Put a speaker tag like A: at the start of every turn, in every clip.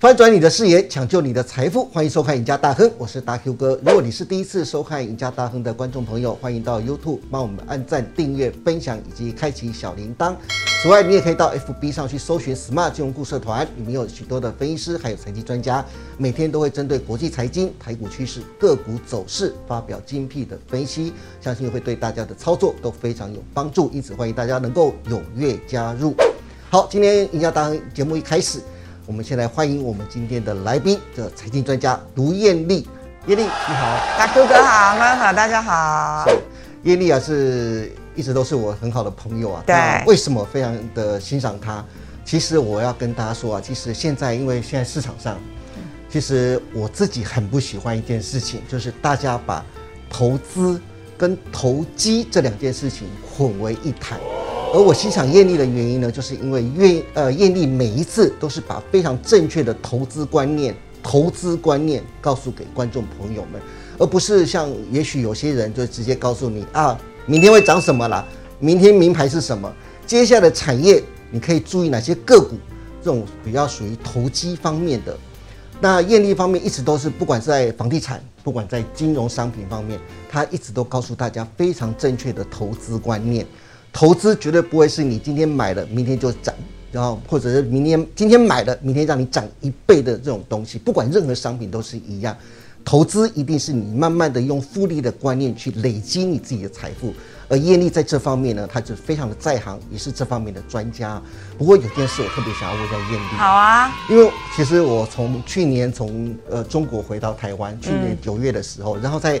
A: 翻转你的视野，抢救你的财富，欢迎收看《赢家大亨》，我是大 Q 哥。如果你是第一次收看《赢家大亨》的观众朋友，欢迎到 YouTube 帮我们按赞、订阅、分享以及开启小铃铛。此外，你也可以到 FB 上去搜寻 “Smart 金融顾社团”，里面有许多的分析师还有财经专家，每天都会针对国际财经、台股趋势、个股走势发表精辟的分析，相信会对大家的操作都非常有帮助。因此，欢迎大家能够踊跃加入。好，今天《赢家大亨》节目一开始。我们先来欢迎我们今天的来宾，这财经专家卢艳丽。艳丽，你好。
B: 大 Q 哥好，观众好，大家好。
A: 艳丽啊，是一直都是我很好的朋友啊。
B: 对
A: 那为什么非常的欣赏她？其实我要跟大家说啊，其实现在因为现在市场上，其实我自己很不喜欢一件事情，就是大家把投资跟投机这两件事情混为一谈。而我欣赏艳丽的原因呢，就是因为艳呃艳丽每一次都是把非常正确的投资观念、投资观念告诉给观众朋友们，而不是像也许有些人就直接告诉你啊，明天会涨什么啦，明天名牌是什么，接下来的产业你可以注意哪些个股，这种比较属于投机方面的。那艳丽方面一直都是，不管是在房地产，不管在金融商品方面，她一直都告诉大家非常正确的投资观念。投资绝对不会是你今天买了，明天就涨，然后或者是明天今天买了，明天让你涨一倍的这种东西，不管任何商品都是一样。投资一定是你慢慢的用复利的观念去累积你自己的财富。而艳丽在这方面呢，她就非常的在行，也是这方面的专家。不过有件事我特别想要问一下艳丽，
B: 好啊，
A: 因为其实我从去年从呃中国回到台湾，去年九月的时候，然后在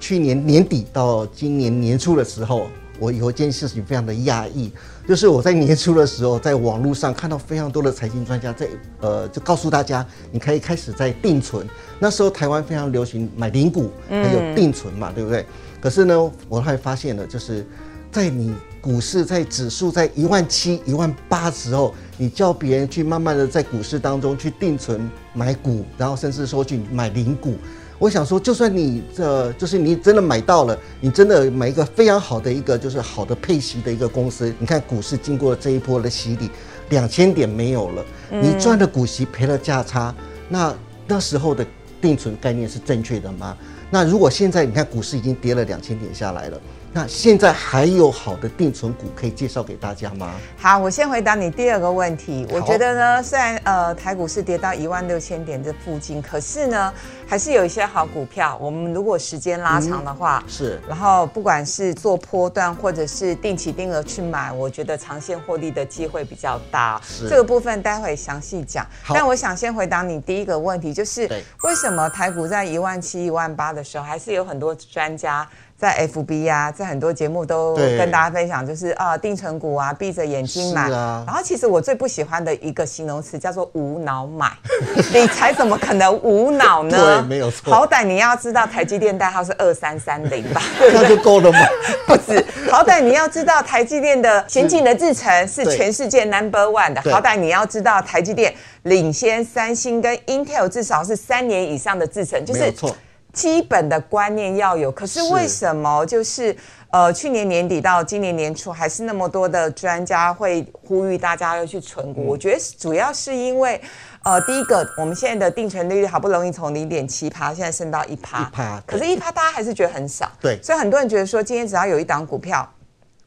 A: 去年年底到今年年初的时候，我有一件事情非常的讶异，就是我在年初的时候，在网络上看到非常多的财经专家在呃就告诉大家，你可以开始在定存。那时候台湾非常流行买零股，还有定存嘛，对不对？可是呢，我后来发现了，就是在你股市在指数在一万七、一万八时候，你叫别人去慢慢的在股市当中去定存买股，然后甚至说去买零股。我想说，就算你这就是你真的买到了，你真的买一个非常好的一个就是好的配息的一个公司，你看股市经过了这一波的洗礼，两千点没有了，你赚了股息赔了价差，那那时候的定存概念是正确的吗？那如果现在你看股市已经跌了两千点下来了，那现在还有好的定存股可以介绍给大家吗？
B: 好，我先回答你第二个问题。我
A: 好
B: 觉得呢，虽然呃台股是跌到一万六千点这附近，可是呢，还是有一些好股票。我们如果时间拉长的话，
A: 是
B: 然后不管是做波段或者是定期定额去买，我觉得长线获利的机会比较大。
A: 是
B: 这个部分待会详细讲。
A: 好
B: 但我想先回答你第一个问题，就是
A: 对
B: 为什么台股在一万七、一万八的时候，还是有很多专家在 FB 啊，在很多节目都
A: 对
B: 跟大家分享，就是啊，定存股啊，闭着眼睛买。
A: 是啊
B: 然后其实我最不喜欢的一个形容词叫做无脑买， 理财怎么可能无脑呢？
A: 对没有错
B: 好歹你要知道台积电代号是二三三零吧。
A: 这样就够 了吗？
B: 不止，好歹你要知道台积电的先进的制程是
A: 嗯对
B: 全世界 number one的，
A: 对
B: 好歹你要知道台积电领先三星跟 Intel 至少是三年以上的制程，就
A: 没有
B: 是
A: 错
B: 基本的观念要有。可是
A: 是
B: 为什么就是呃去年年底到今年年初还是那么多的专家会呼吁大家要去存
A: 嗯
B: 股？我觉得主要是因为。呃，第一个，我们现在的定存利率好不容易从零点七趴，现在升到一趴，
A: 1%
B: 可是，一趴大家还是觉得很少。
A: 对
B: 所以很多人觉得说，今天只要有一档股票。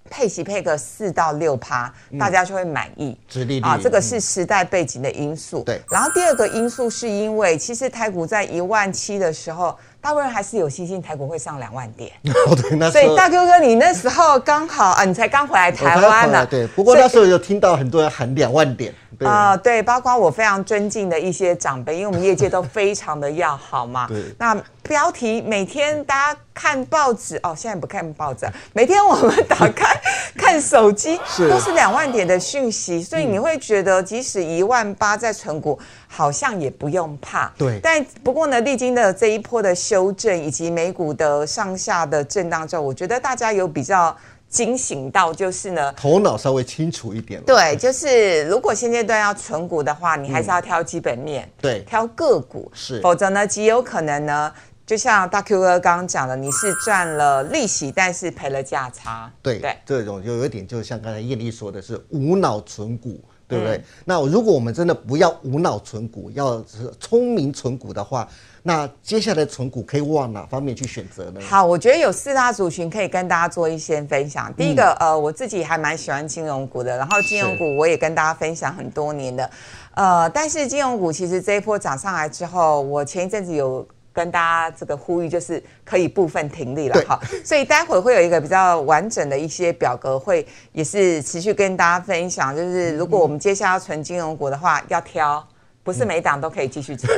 B: 配息配个四到六趴，
A: 嗯
B: 大家就会满意。
A: 殖利率
B: 啊，这个是时代背景的因素。
A: 对
B: 然后第二个因素是因为，其实台股在一万七的时候，大部分人还是有信心台股会上两万点。
A: 哦，对，那
B: 所
A: 时
B: 以
A: 候。
B: 大哥哥，你那时候刚好啊，你才刚回来
A: 我才
B: 台湾
A: 回
B: 呢、
A: 来对，不过那
B: 所以
A: 时候有听到很多人喊两万点，对，
B: 啊、对，包括我非常尊敬的一些长辈，因为我们业界都非常的要好嘛。
A: 对
B: 那标题每天大家看报纸哦，现在不看报纸，每天我们打开看手机，
A: 是
B: 都是两万点的讯息，所以你会觉得即使一万八在存股，好像也不用怕。
A: 对
B: 但不过呢，历经的这一波的修正以及美股的上下的震荡之后，我觉得大家有比较惊醒到，就是呢，
A: 头脑稍微清楚一点了。
B: 对，就是如果现阶段要存股的话，你还是要挑基本面，
A: 嗯对
B: 挑个股，
A: 是
B: 否则呢，极有可能呢，就像大 Q 哥刚刚讲的，你是赚了利息，但是赔了价差，
A: 对
B: 对。
A: 这种就有一点，就像刚才艳丽说的是无脑存股，对
B: 嗯
A: 不对？那如果我们真的不要无脑存股，要是聪明存股的话，那接下来存股可以往哪方面去选择呢？
B: 好，我觉得有四大族群可以跟大家做一些分享。第一个，
A: 嗯
B: 呃，我自己还蛮喜欢金融股的，然后金融股我也跟大家分享很多年的，呃，但是金融股其实这一波涨上来之后，我前一阵子有。跟大家这个呼吁就是可以部分停利了
A: 对
B: 哈，所以待会会有一个比较完整的一些表格，会也是持续跟大家分
A: 嗯
B: 享。就是如果我们接下来要存金融股的话，要挑，不是每档都可以 继续存，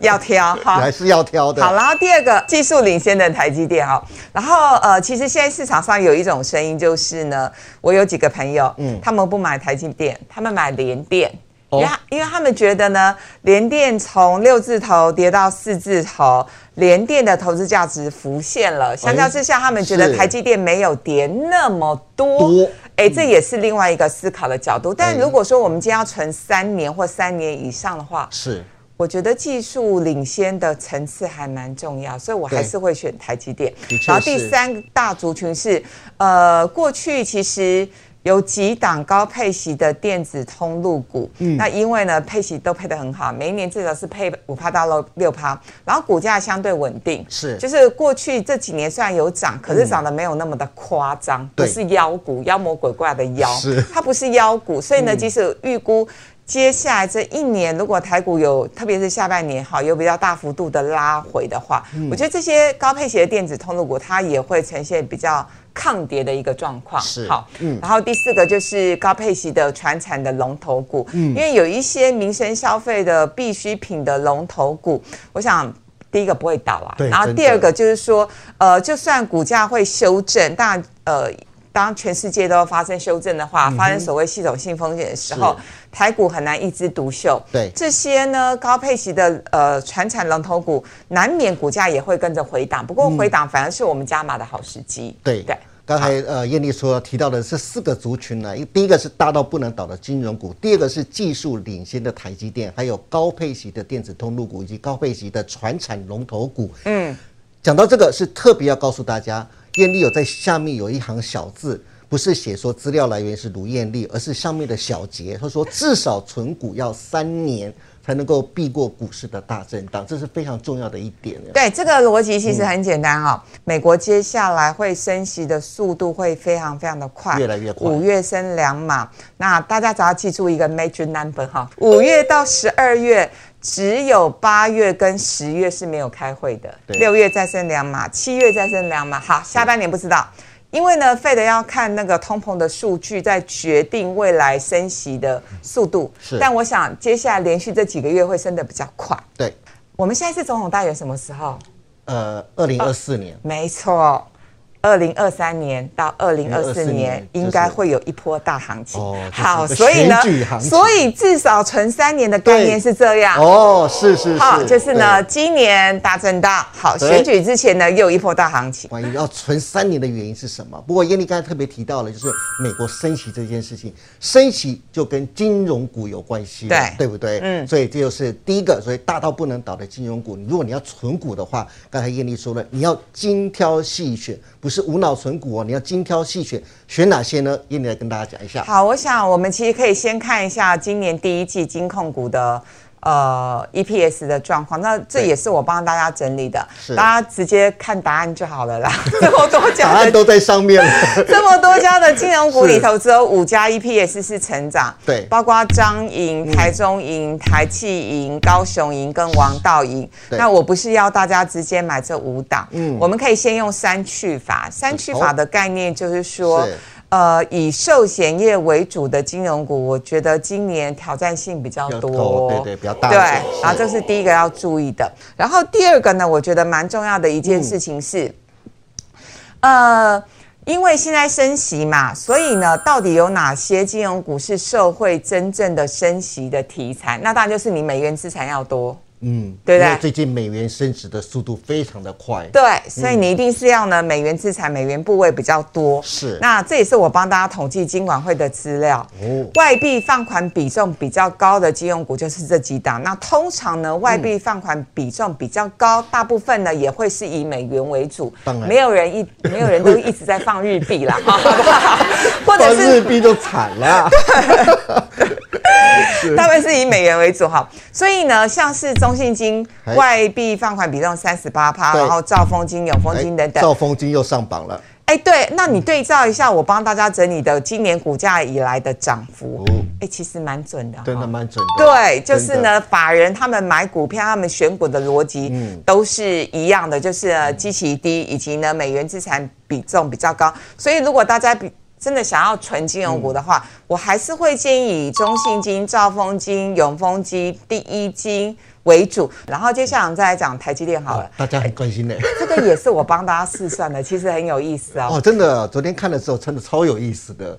B: 要挑哈。
A: 还是要挑的。
B: 好，然后第二个技术领先的台积电哈，然后呃，其实现在市场上有一种声音就是呢，我有几个朋友，嗯，他们不买台积电，他们买联电。因
A: 哦
B: 为他因为他们觉得呢，联电从六字头跌到四字头，联电的投资价值浮现了。相较之下，他们觉得
A: 哎是
B: 台积电没有跌那么多。
A: 多嗯哎
B: 哎，这也是另外一个思考的角度。但如果说我们今天要存三年或三年以上的话，
A: 是
B: 我觉得技术领先的层次还蛮重要，所以我还
A: 对
B: 是会选台积电
A: 的。确
B: 然后第
A: 是
B: 三大族群是，呃，过去其实有几档高配息的电子通路股，
A: 嗯
B: 那因为呢配息都配得很好，每一年至少是配五趴到六六趴，然后股价相对稳定。
A: 是嗯
B: 就是过去这几年虽然有涨，可是涨得没有那么的夸张，不
A: 对
B: 是妖股、妖魔鬼怪的妖。
A: 是嗯
B: 它不是妖股，所以呢，即使预估接下来这一年，如果台股有，特别是下半年哈，有比较大幅度的拉回的话，
A: 嗯
B: 我觉得这些高配型的电子通路股，它也会呈现比较。抗跌的一个状况，
A: 是嗯
B: 好，然后第四个就是高配息的传产的龙头股，
A: 嗯
B: 因为有一些民生消费的必需品的龙头股，我想第一个不会倒啊，
A: 对
B: 然后
A: 真
B: 第二
A: 的
B: 个就是说，呃，就算股价会修正，当然，呃，当全世界都发生修正的
A: 嗯
B: 话，发生所谓系统性风险的时候，台股很难一枝独秀。
A: 对
B: 这些呢高配息的呃传产龙头股，难免股价也会跟着回档，不过回档反而是我们加码的好时机。
A: 嗯对
B: 对。
A: 刚才呃，艳丽所提到的是四个族群呢、一第一个是大到不能倒的金融股，第二个是技术领先的台积电，还有高配息的电子通路股以及高配息的船产龙头股。嗯，讲到这个是特别要告诉大家，艳丽有在下面有一行小字，不是写说资料来源是卢艳丽，而是上面的小节，他说至少存股要三年才能够避过股市的大震荡，这是非常重要的一点。
B: 对，这个逻辑其实
A: 嗯
B: 很简单哈、美国接下来会升息的速度会非常非常的快，
A: 越来越快
B: 五月升两码，那大家只要记住一个 major number 哈，五月到十二月。只有八月跟十月是没有开会的，
A: 对
B: 六月再升两码，七月再升两码。好，下半年不知道，因为呢，费的要看那个通膨的数据，再决定未来升息的速度。
A: 是
B: 但我想接下来连续这几个月会升得比较快。
A: 对，
B: 我们下一次总统大选什么时候？
A: 呃，二零二四年。
B: 没错，二零二三年到二零二四
A: 2024
B: 年
A: 年
B: 应该会有一波大行情。
A: 哦就是
B: 好，
A: 一个
B: 所以呢
A: 选举，行情
B: 所以至少存三年的概念
A: 对
B: 是这样。
A: 哦，是是
B: 好，
A: 是，
B: 就是呢，
A: 对，
B: 今年大震荡，好，
A: 对
B: 选举之前呢又有一波大行情。
A: 关于要存三年的原因是什么？不过燕丽刚才特别提到了，就是美国升息这件事情，升息就跟金融股有关系了，对
B: 对
A: 不对？嗯，所以这就是第一个，所以大到不能倒的金融股，如果你要存股的话，刚才燕丽说了，你要精挑细选，不是无脑存股哦，你要精挑细选，选哪些呢？燕丽来跟大家讲一下。
B: 好，我想我们其实可以先看一下今年第一季金控股的呃 EPS 的状况，那这
A: 对
B: 也是我帮大家整理的，
A: 是
B: 大家直接看答案就好了啦。 这么多
A: 答
B: 讲的
A: 案都在上面 了，
B: 这么多家的金融股里头，只有五家 EPS 是成长，
A: 对嗯
B: 包括张营、台中营、台气营、高雄营跟王道营。
A: 对
B: 那我不是要大家直接买这五档，嗯，我们可以先用删去法。删去法的概念就是说
A: 哦是。
B: 呃，以寿险业为主的金融股，我觉得今年挑战性比较
A: 比较
B: 多
A: 多，对对比较大
B: 对
A: 一点，是
B: 然后这是第一个要注意的。然后第二个呢，我觉得蛮重要的一
A: 嗯
B: 件事情是，呃，因为现在升息嘛，所以呢，到底有哪些金融股是受惠真正的升息的题材？那当然就是你美元资产要多，
A: 嗯，
B: 对不
A: 因为
B: 对
A: 最近美元升值的速度非常的快，
B: 对，所
A: 嗯
B: 以你一定是要呢美元资产、美元部位比较多。
A: 是
B: 那这也是我帮大家统计金管会的资料。
A: 哦
B: 外币放款比重比较高的金融股就是这几档。那通常
A: 嗯
B: 呢，外币放款比重比较高，大部分呢也会是以美元为主。
A: 当然
B: 没有人一没有人都一直在放日币啦， 好不好？或者
A: 放
B: 是
A: 日币就惨了。
B: 大概是以美元为主哈。所以呢，像是中信金
A: 哎
B: 外币放款比重三十八趴，
A: 对
B: 然后兆丰金、永丰金等等。
A: 兆哎丰金又上榜了，
B: 哎，对，那
A: 嗯
B: 你对照一下我帮大家整理的今年股价以来的涨幅
A: 哦，
B: 哎，其实蛮准的哈，
A: 真的蛮准的。
B: 对，就是
A: 真的，
B: 呢，法人他们买股票，他们选股的逻辑
A: 嗯
B: 都是一样的，就是呃基期低，以及呢美元资产比重比较高。所以如果大家比真的想要纯金融股的话，
A: 嗯
B: 我还是会建议以中信金、兆丰金、永丰金、第一金为主，然后接下来我们再来讲台积电好了。
A: 大家很关心呢。
B: 这个也是我帮大家试算的，其实很有意思哦。
A: 哦，真的，昨天看的时候真的超有意思的。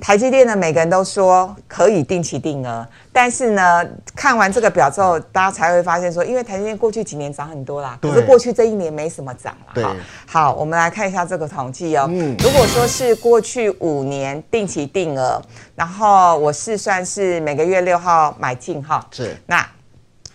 B: 台积电呢，每个人都说可以定期定额，但是呢，看完这个表之后，大家才会发现说，因为台积电过去几年涨很多啦，
A: 对
B: 可是过去这一年没什么涨了。
A: 对嗯
B: 哈好，我们来看一下这个统计哦。如果说是过去五年定期定额，然后我试算是每个月六号买进哈，
A: 是
B: 那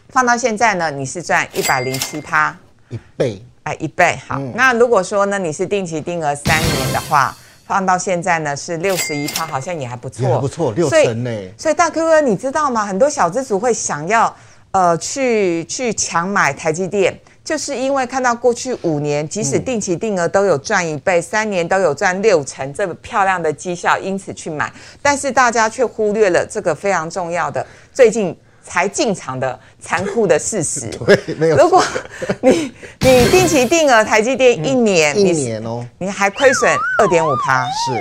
B: 放到现在呢，你是赚一百零七趴。
A: 一 倍，
B: 啊，一倍好。
A: 嗯
B: 那如果说呢，你是定期定额三年的话，放到现在呢是六十一趴，好像也还不
A: 也
B: 错，
A: 还不错六
B: 所以
A: 成呢
B: 所以大 Q 哥，你知道吗？很多小资主会想要呃去去强买台积电。就是因为看到过去五年，即
A: 嗯
B: 使定期定额都有赚一倍，三年都有赚六成，这么漂亮的绩效，因此去买。但是大家却忽略了这个非常重要的最近才进场的残酷的事实。
A: 对，没有
B: 如果你你定期定额台积电一年，
A: 一
B: 你
A: 年哦，
B: 你还亏损二点五趴。
A: 是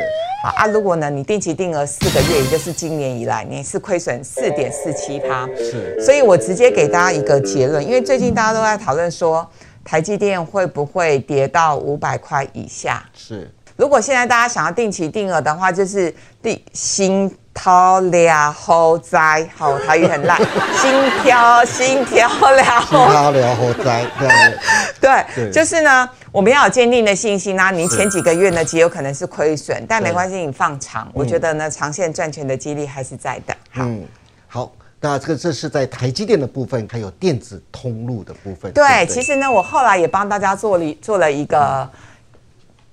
B: 好啊，如果呢你定期定额四个月，也就是今年以来，你是亏损四点四七趴。
A: 是，
B: 所以我直接给大家一个结论，因为最近大家都在讨论说台积电会不会跌到五百块以下。
A: 是
B: 如果现在大家想要定期定额的话，就是第新涛俩后灾，好，台语很 烂，新飘新飘俩
A: 听
B: 后
A: 他聊火灾这样子，
B: 对，
A: 对
B: 就是呢，我们要有坚定的信心啦、你前几个月呢，极有可能是亏损，但没关系，你放长，我觉得呢，长线赚钱的几率还是在的。好，
A: 嗯，好，那这个这是在台积电的部分，还有电子通路的部分。
B: 对，
A: 不
B: 其实呢，我后来也帮大家做了一做了一个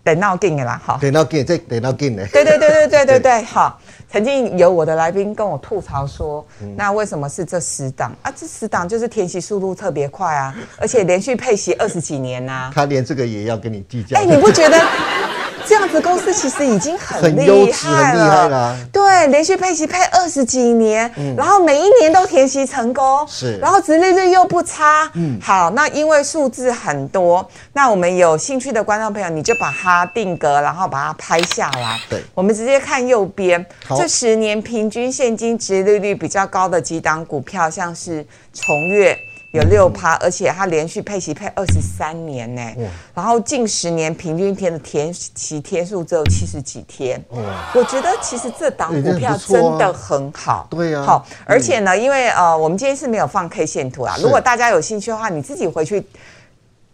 B: 等闹定了啦，好。
A: 等到给再等到给呢，
B: 对对对对对对 对，好。曾经有我的来宾跟我吐槽说，那为什么是这十档啊？这十档就是填息速度特别快啊，而且连续配息二十几年啊呐、
A: 他连这个也要跟你计较
B: 哎、。你不觉得 这样子公司其实已经很
A: 很
B: 厉
A: 优质
B: 害
A: 很厉
B: 了？
A: 害啦
B: 对，连续配息配二十几年，然后每一年都填息成功，
A: 是
B: 然后殖利率又不差。嗯，好，那因为数字很多，那我们有兴趣的观众朋友，你就把它定格，然后把它拍下来。
A: 对
B: 我们直接看右边，
A: 好
B: 这十年平均现金值利率比较高的几档股票，像是崇越。有
A: 嗯
B: 六趴，而且它连续配息配二十三年呢、然后近十年平均天的填息天数只有七十几天。我觉得其实这档股
A: 哎这
B: 票
A: 很不错
B: 真
A: 啊
B: 的很好。
A: 对啊
B: 好，而且呢，因为呃，我们今天是没有放 K 线图啦。
A: 是
B: 如果大家有兴趣的话，你自己回去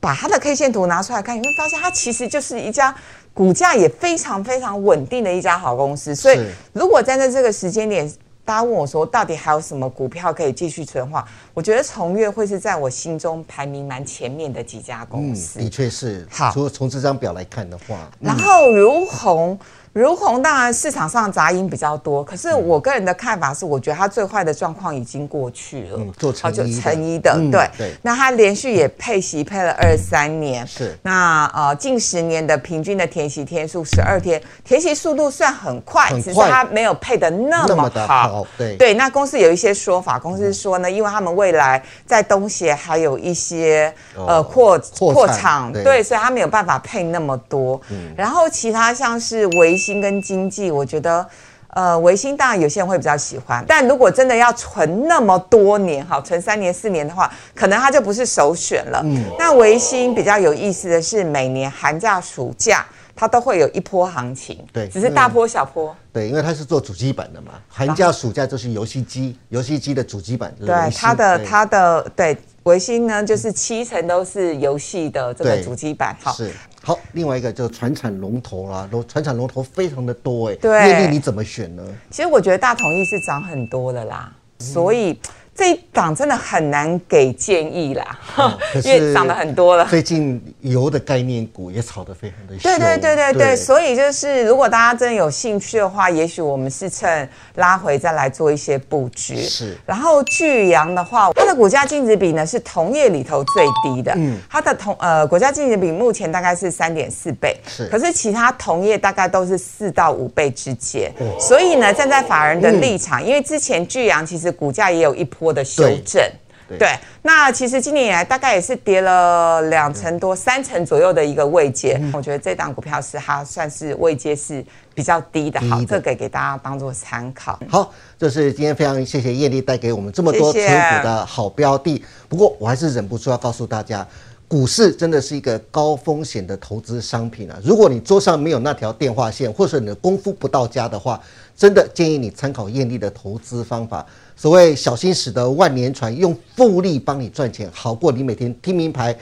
B: 把它的 K 线图拿出来看，你会发现它其实就是一家股价也非常非常稳定的一家好公司。所以
A: 是
B: 如果站在这个时间点，大家问我说到底还有什么股票可以继续存化，我觉得崇越会是在我心中排名蛮前面的几家公
A: 嗯，
B: 司。
A: 的确是。
B: 好
A: 除从这张表来看的话，
B: 然后如虹，如虹当然市场上杂音比较多，可是
A: 嗯
B: 我个人的看法是，我觉得它最坏的状况已经过去了，哦
A: 嗯做成
B: 好就
A: 衣的
B: 成衣的，
A: 嗯
B: 对
A: 对
B: 那它连续也配息配了二三年，
A: 是
B: 那呃近十年的平均的填息天数十二天，填息速度算很快，
A: 很
B: 只是
A: 快
B: 它没有配的那
A: 那
B: 么
A: 么
B: 好
A: 的，好对嗯
B: 对，那公司有一些说法，公司说呢，因为他们未来在东协还有一些、呃
A: 哦
B: 扩
A: 扩
B: 扩
A: 产
B: 厂，
A: 对
B: 对，所以他没有办法配那么多。
A: 嗯
B: 然后其他像是维新跟经济，我觉得。呃，维新当然有些人会比较喜欢，但如果真的要存那么多年，哈，存三年四年的话，可能它就
A: 嗯
B: 不是首选了。那维新比较有意思的是，每年寒假暑假。它都会有一波行情，
A: 对嗯
B: 只是大波小波。
A: 对，因为它是做主机板的
B: 啊
A: 嘛，寒假暑假就是游戏机，游戏机的主机板。就是维
B: 对，
A: 系
B: 它的
A: 对
B: 它的对维新呢，就是七成都是游戏的这个
A: 对
B: 主机板，好，
A: 是好，另外一个就是船产龙头啦，龙船产龙头非常的多哎，
B: 对
A: 业力你怎么选呢？
B: 其实我觉得大同意是涨很多了啦，所以这一档真的很难给建议啦，
A: 哦可
B: 因为涨哦得很多了。
A: 最近油的概念股也炒得非常的凶。
B: 对对对对对，
A: 所
B: 所以就是如果大家真的有兴趣的话，也许我们是趁拉回再来做一些布局。
A: 是
B: 然后巨阳的话，它的股价净值比呢是同业里头最低的，嗯，它的同呃股价净值比目前大概是三点四倍，
A: 是
B: 可是其他同业大概都是四到五倍之间，所以呢，站在法人
A: 嗯
B: 的立场，因为之前巨阳其实股价也有一波的修
A: 对
B: 正。
A: 对
B: 对，那其实今年以来大概也是跌了两成
A: 嗯
B: 多、三成左右的一个位阶，我觉得这档股票是它算是位阶是比较低的，好，
A: 低的
B: 这个给大家当做参考。
A: 好，就是今天非常谢谢叶丽带给我们这么多
B: 谢
A: 持
B: 谢
A: 股的好标的。不过我还是忍不住要告诉大家，股市真的是一个高风险的投资商品啊！如果你桌上没有那条电话线，或者你的功夫不到家的话，真的建议你参考艳丽的投资方法。所谓小心驶得万年船，用复利帮你赚钱，好过你每天听名牌、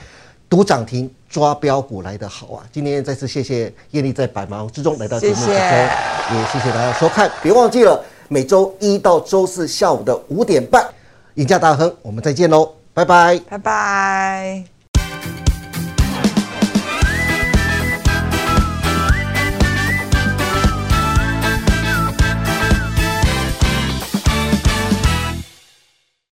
A: 赌涨停、抓标股来的好啊！今天再次谢谢艳丽在百忙之中来到节目之中。
B: 谢谢
A: 也谢谢大家收看，别忘记了每周一到周四下午的五点半，赢家大亨，我们再见喽，拜拜。
B: 拜拜。